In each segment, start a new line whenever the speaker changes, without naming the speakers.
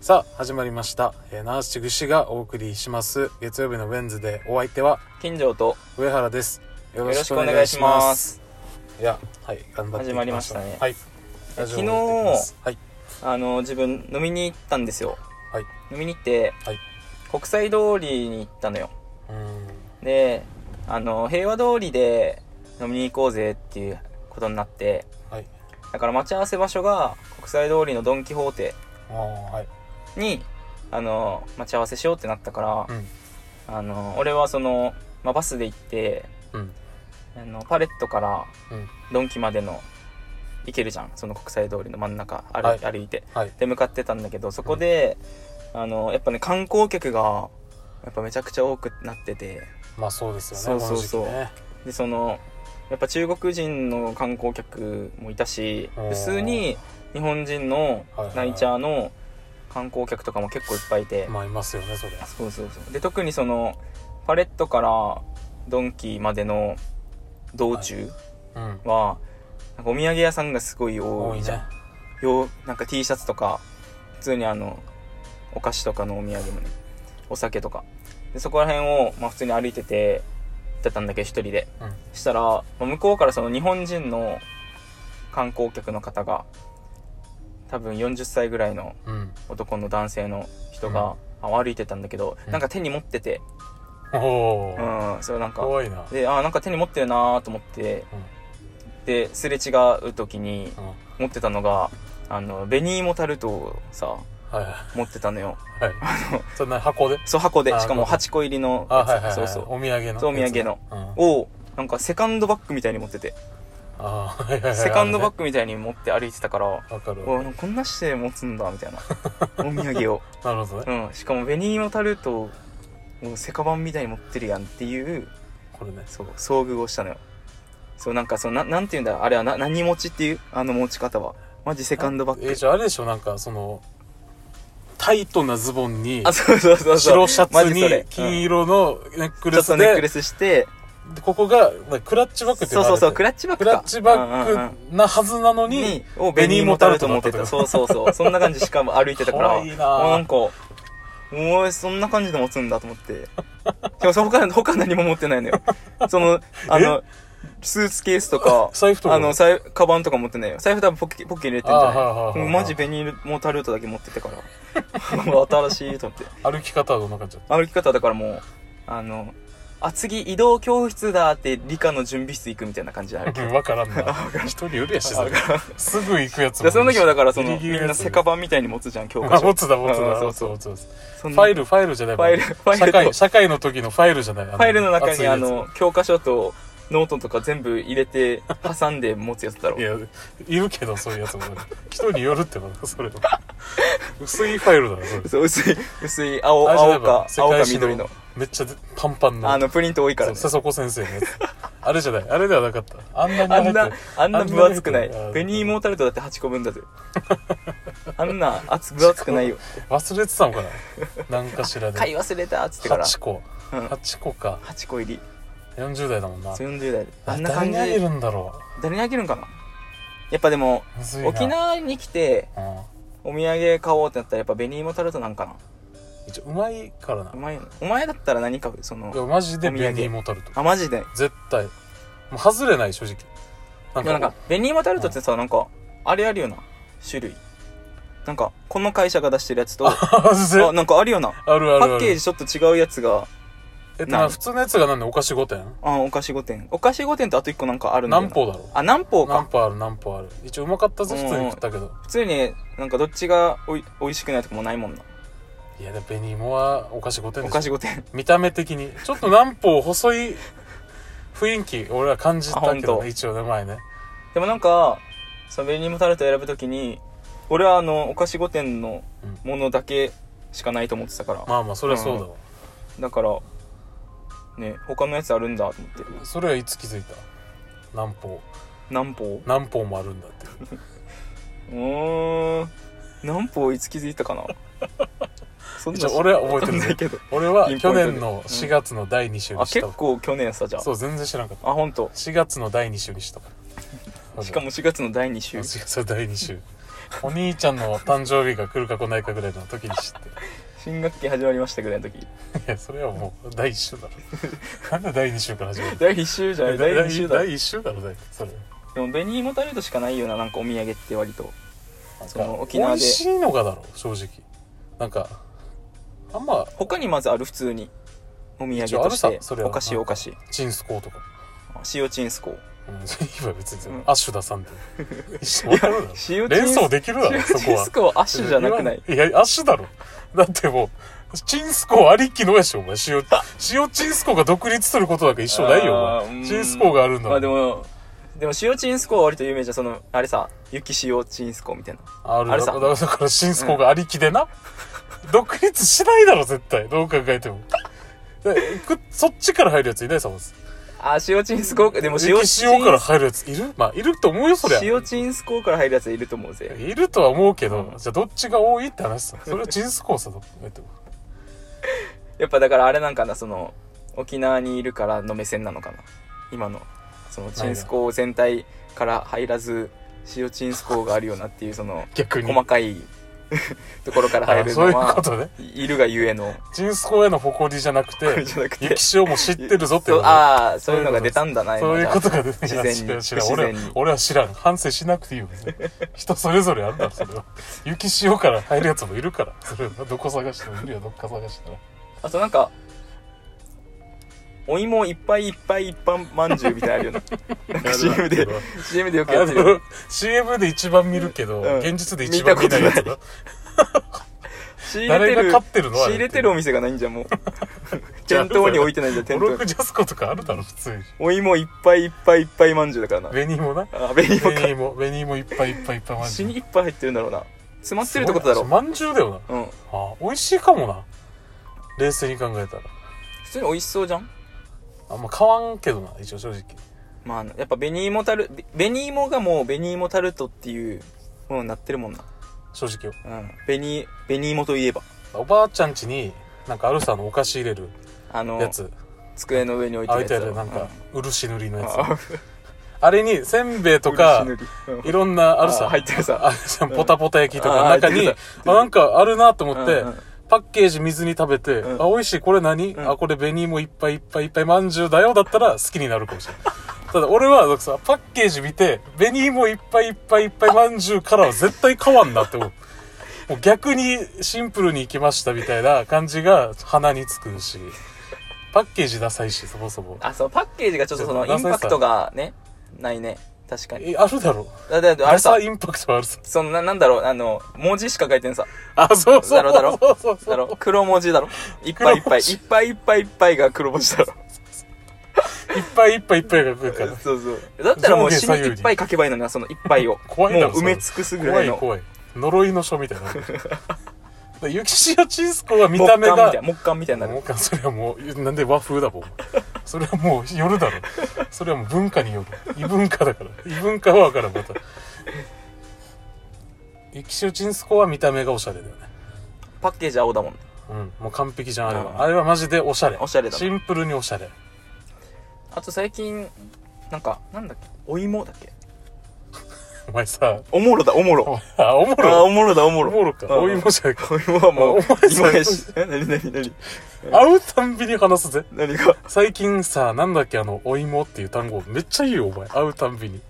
さあ、始まりました。えー、ナーシグシがお送りします。月曜日のウェンズでお相手は
金城と
上原です。よ
よろしくお願いします。
いや、はい、頑張っていきしょう
始まりましたね
はい。
え
ラジオをやっていきますはい。
あの自分飲みに行ったんですよ
はい。
飲みに行って、
はい
国際通りに行ったのよ
うーん。
であの平和通りで飲みに行こうぜっていうことになって
はい。
だから待ち合わせ場所が国際通りのドン・キホーテ
ああ、はい。
にあの待ち合わせしようってなったか
うん。
ら、あの俺はその、まあ、バスで行って
うん。
あのパレットから
うん。
ドンキまでの行けるじゃんその国際通りの真ん中歩,、
はい
歩いて
はい。
で向かってたんだけどそこで、あのやっぱね観光客がやっぱめちゃくちゃ多くなってて
まあそうですよね、
そうそうそう
この時期ね。
でそのやっぱ中国人の観光客もいたし
おー
普通に日本人の
はいはい
ナイチャーの観光客とかも結構いっぱいいて、
まあいますよね、それ。
そうそうそうで特にそのパレットからドンキまでの道中
うん。
は、なんかお土産屋さんがすごい多
多い
いじゃん
ね。
ようなんか T シャツとか普通にあのお菓子とかのお土産もねお酒とかでそこら辺を、まあ、普通に歩いてて行ってたんだけど一人で
うん。
したら、まあ向こうからその日本人の観光客の方が多分40歳ぐらいの
うん。
男の男性の人が、あ歩いてたんだけど、
うん
なんか手に持ってて
おお
う
ー。
ん、それなんか
怖いな。
であなんか手に持ってるなーと思って
うん。
ですれ違う時に
うん。
持ってたのがあの紅芋タルトをさ
はい。
持ってたのよ
はい。そんな箱で
そう箱で
あ
しかも
なるほど
8個入りの
あ、はいはい、はい。
そうそう
お土産の。
そうお土産の
うん。あ
をなんかセカンドバッグみたいに持ってて
あー、はいはいはい。
セカンドバッ
グ。
グみたいに持って歩いてたから
わかる。
うわなんかこんなして持つんだ みたいなお土産を、
なるほどね。
うん、しかも紅芋タルトをセカバンみたいに持ってるやんっていう
これね。
そう遭遇をしたのよそうなんかそのななんていうんだあれはな何持ちっていうあの持ち方はマジセカンドバッグ
え、じゃああれでしょ、なんかその、タイトなズボンに
あ、そうそうそうそう
白シャ
マ
ツ
ジそれ
に
うん
金色のネック
ちょ
レ
っと
ス
ネック
で
レ、スして、
でここが、まあクラッチバッグって
そ
言
う
われ
そう
て
そう、クラッチバッグ
ク
か。
ラッチバ
うんうんうん
ッグなはずなのに
に、、をベニーモタルト持って
ベ
た。
ニー
そうそうそう。そんな感じしかも歩いてたから。
可愛いなぁ、
あなんか、お前そんな感じで持つんだと思って。でもその他、他何も持ってないのよ。その、あの、スーツケースとか
財布とか
あの、財布、カバンとか持ってないよ。財布多分ポッケ、ポッケに入れてんじ
あはいはい
ゃ
はい
な
はい
いマジベニーモタルトだけ持ってたから。 もう新しいと思って。
歩き方はどんな感じだっ
歩き方だからもう、あの、あ、次移動教室だって理科の準備室行くみたいな感じで歩き
たうんわからん な。一人よりやし、それすぐ行くやつもいる
で
し。
その時はだからその
ギリギリ
み
やつ
んなセカバンみたいに持つじゃん教科
あ、
書
持つだ、持つ
うん
だ、
そ
持
う
つだ、
そう
持つだ。フ
そんな
ァイル、ファイルじゃない
ファイルファイル
社
と
会、社会の時のファイルじゃない。フ
ファイルの中にあ、の
熱
教科書とノートとか全部入れて挟んで持つやつだろ
いやついや、いるけど、そういうやつも。人によるってことそれは。薄いファイルだね、それ。
そう薄い薄い 青
あれじゃない
青か
世
青
界
か
史
緑の。
めっちゃパンパンの。
あのプリント多いからね
そう瀬底先生のやつ。あれじゃない、あれではなかった。あんなに
あ
入
ん
って
なあんな分厚くない
あんなに入ってる
ベニーモータルトだって8個分 だぜあんな厚分厚くないよ
忘れてたのかな何かしらで。
買い忘れたっつってから
8個。
うん
8個か。
8個入り
40代だもんな。
40代あんな
誰
感
に
じ
あげるんだろ
誰にあげるんかなやっぱでも
う。むずいな
沖縄に来て
うん。
お土産買おうってなったらやっぱ紅芋タルトなんかな
一応うまいからな
お。前お前だったら何買うそ
いや
の
マジで紅芋タルト
あマジで
絶対もう外れない正直
でもな んか紅芋タルトってさなんかあれあるよな種類なんかこの会社が出してるやつとあ
あぜ
なんかあるよな
あるあ
パ
るある
ッケージちょっと違うやつが
えっと
な
な普通のやつがなんでお菓子5点
あお菓子5点お菓子5点とあと1個なんかあるんだよ
何
な
歩だろ
あ南
う
方
何
か
歩ある何歩ある一応うまかったぞ普通に食ったけど
普通になんかどっちがおいおいしくないとかもないもんない
やでも紅芋はお菓子5点
お
で
菓
し
子
ょ
5点
見た目的にちょっと何歩細い雰囲気俺は感じたけ
あ
ど
ほんと
ね一応ね前ね
でもなんかその紅芋タルト選ぶときに俺はあのお菓子5点のものだけしかないと思ってたから、
まあまあそれはそうだわ
だからね他のやつあるんだと思って
それはいつ気づいた何歩
何歩
何歩もあるんだって
うーん何歩いつ気づい たかなそん
じゃあ俺は覚えてる
わかんないけど
俺は
ピンポ
去
イントで
年の4月の第2週
あ
にし
結
たわ
構去年さじゃあ
そう全然知らんかった
あ本当。
4月の第2週にした
しかも4月の第2週
4月の第2週お兄ちゃんの誕生日が来るか来ないかぐらいの時に知って
新学期始まりましたぐらいの時
いやそれはもう第1週だろなんで第2週から始まる
第1週じゃない第2週だ
第1週だろだいそれ
でも紅芋タルトしかないようななんかお土産って割とその沖
美
縄で
味しいのかだろ正直なんかあんま
他にまずある普通にお土産
一応あ
と
る
し
さ
て
それは
お菓子お菓子
チンスコーとか、
塩チンスコー
うん、いいわ別に、
うん
アッシュだ さんって一緒わかるだろ
塩チン
連
ス
想できるだろそ
塩チ
こ
ン
は
スコーアッシュじゃなくない
いや、アッシュだろ。だってもう、チンスコーありきのやし、お前。塩、塩チンスコーが独立することなんか一緒ないよ、お
あーう
前。
ん
チンスコーがあるんだ
ま
も
あ
ん
でもでも塩チンスコーは割と有名じゃんそのあれさ雪塩チンスコーみたいな
あるだ
あれ
ろ
さ
だから、だからチンスコーがありきでな。独立しないだろ、絶対。どう考えても。でくそっちから入るやついないさ、まず。
あ塩チンスコーでも
雪
塩
塩から入るやついるまあ、いると思うよ、そりゃ。
塩チンスコーから入るやついると思うぜ
いるとは思うけど、
うん
じゃあどっちが多いって話さ。それはチンスコーさ、どう考えても。
やっぱだからあれなんかなその沖縄にいるからの目線なのかな今のそのチンスコー全体から入らず塩チンスコーがあるよなっていうその
逆に。
細 かいところから入
あ
る
そうい
の
うこ
は
とね。
いるがゆえの
チンスコーへの誇りじゃなくて、
じゃなくて
雪塩も知ってるぞって
そ
こ
う
と
ああそういうのが出たんだな
そういうこと
今
が出て
自然に
知らん
不
知
自
らん
然に
俺は俺は知らん反省しなくていいよ別に人それぞれあんだろそれは雪塩から入るやつもいるからそれはどこ探してもいるよどっか探したら
あとなんかお芋いっぱいいっぱい一般まんじゅうみたいなのあるよ ななんか CM で CM でよくや
あ
ってるよ
の CM で一番見るけど、
うん
現実で一番見ないやつ
見
だ
仕入れ
誰
て
が
る
勝ってるの
仕入れてるお店がないんじゃんも う店頭に置いてないんじゃん
ト
店頭
ロ
に
クジャスコとかあるだろ普通に
お芋いっぱいいっぱいいっぱいまんじゅうだからな
紅もな
あ紅芋
紅も紅もいっぱいいっぱいいっぱいま
か
ん
死
じゅう
にいっぱい入ってるんだろうな詰まってるってことだろう
まんじゅうだよな
うん
あ美味しいかもな冷静に考えたら
普通に美味しそうじゃん
あんま買わんけどな一応正直
まあやっぱ紅芋タルべ紅芋がもう紅芋タルトっていうものになってるもんな
正直よ
うん紅紅芋といえば
おばあちゃん家になんかアルサのお菓子入れる
あの
やつ
机の上に置いて
あ
る
い
やつ
てあるなんか漆塗りの
うん
やつ
あ
あれにせん べいとか
漆塗り
いろんなある
あ
さ
入ってるさ
あるさポタポタ焼きとかの
あ
中
入っ
に
て
あ
るさ
なんかあるなと思って
うんうん
パッケージ水に食べて
うん
あ美味しいこれ何
うん
あこれ紅もいっぱいいっぱいいっぱいまんじゅうだよだったら好きになるかもしれないただ俺はなんかさパッケージ見て紅もいっぱいいっぱいいっぱいまんじゅうからは絶対変わんなって思うもう逆にシンプルにいきましたみたいな感じが鼻につくしパッケージダサいしそもそも
あそうパッケージがちょっとその
そう
インパクトがねないね確かに
えあるだろ
だだだあ
ダ
れさ
サインパクトあるさ
そのななんだろうあの文字しか書いてんさ
あそうそう
だろだろ
そうそうそう
だろ黒文字だろいっぱいいっ
黒
ぱい
文字
いっぱいいっぱいいっぱいが黒文字だろ
いっぱいいっぱいいっぱいが来るから
そうそうだったらもう
上下
死に
左右
い
に
っぱい書けばいいのになそのいっぱいを
怖いな
もう埋め尽くすぐ
怖
らい
い
の
怖い呪いの書みたいなだから雪塩チンスコは見
木
た
管
目
み
が
たいな木管みたいにな
もう
る
かそれはもうなんで和風だもんそれはもうよるだろそれはもう文化による異文化だから異文化は分からんまた雪塩チンスコは見た目がおしゃれだよね
パッケージ青だもん
うんもう完璧じゃんあれは、
うん
あれはマジでおしゃれ
おしゃれだね
シンプルにおしゃれ
あと最近なんかなんだっけお芋だっけ
お前さ
おもろだおもろ
あおも
あー
ろ
おもろだおも
お
ろ
もろか
うん
お芋じゃなく
お芋はも
お
う
前さ
芋やしえ何何何
会うたんびに話すぜ
何が
最近さ、なんだっけ、あの、お芋っていう単語、めっちゃいいよ、お前。会うたんびに。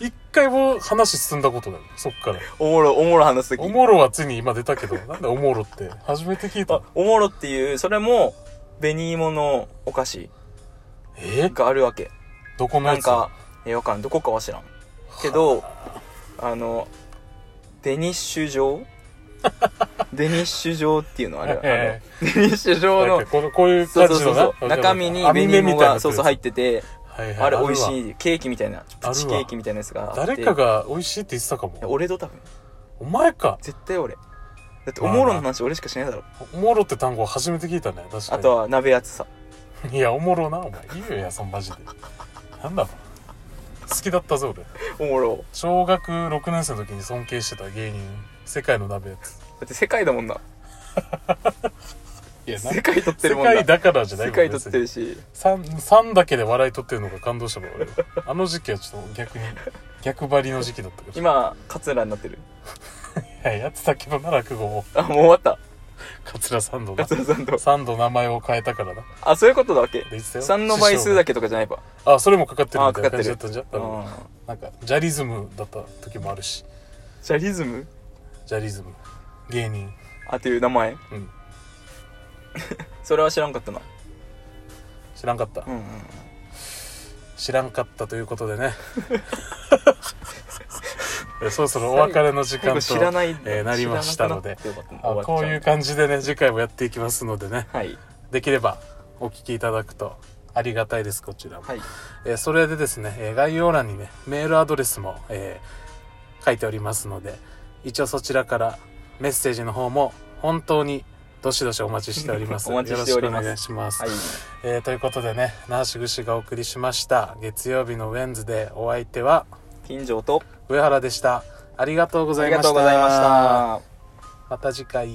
一回も話進んだことない。そっから。
おもろおもろ話す時
おもろはついに今出たけど、なんでおもろって。初めて聞い
あ
た。
おもろっていうそれも紅芋のお菓子
え
があるわけ
どこの
な
や
ん
つ
か、えわからん、どこかは知らん。けど、あの、デニッシュ 状デニッシュ状っていうのあれ、あの、デ
え
ニッシュ
え
状
なん
の
か、このこういう
そう
感
そう
じ
そう
の
そ
な。
う、中身に
網
紅
目みたい
芋
になって
が、
る
そうそう入ってて、
はいはい
あれ美味
い。
しい、ケーキみたいな、プチケーキみたいなやつがあって。
誰かが美味しいって言ってたか
いや
も。
俺と多分。
お前か。
絶対俺。だって、おもろの話俺しかしないだろ。
おもろって単語初めて聞いたね。確かに。
あとは、鍋やつさ。
いや、おもろな、お前。いいよ、や、そんマジで。なんだろう。好きだったぞ、俺。
おもろ。
小学6年生の時に尊敬してた芸人世界の鍋やつ
だって世界だもんな。
いやな
世界撮ってる
世
もんな
界だからじゃない
世
もんね
界撮ってるし
三三だけで笑い取ってるのが感動したから俺あの時期はちょっと逆に逆張りの時期だったから
今カツラになってる
いややってたけどな落語も
あもう終わった
桂三度
カ
な
ツラさんと
三度名前を変えたからな
あそういうことだっけ
でいつだよ
3の倍数だけとかじゃないば
あそれもかかってるみたいな
あかかっ
感
て
じだ
る
ったんじゃん
う
多分
ん
なんかジャリズムだった時もあるし
ジャリズム
ジャリズム芸人
あという名前
うん
それは知らんかったな
知らんかった
うんうんうん
知らんかったということ でねえそろそろお別れの時
最
間
後知ら
と
ない
えーなりましたので
知らなくなってよかった
あ
終わ
こ
っ
う
ちゃ
いう感じでね次回もやっていきますのでね
はい
できればお聞きいただくとありがたいですこちらも、
はい
えーそれでですね、えー概要欄にねメールアドレスも、えー書いておりますので一応そちらからメッセージの方も本当にどしどしお待ちしております
お待ちしております
よろしくお願いします、
はい
えーということでね那覇市ぐしがお送りしました月曜日のウェンズでお相手は
金城と
上原でしたありがとうご
あ
ざいま
りが
した
とうございました
また次回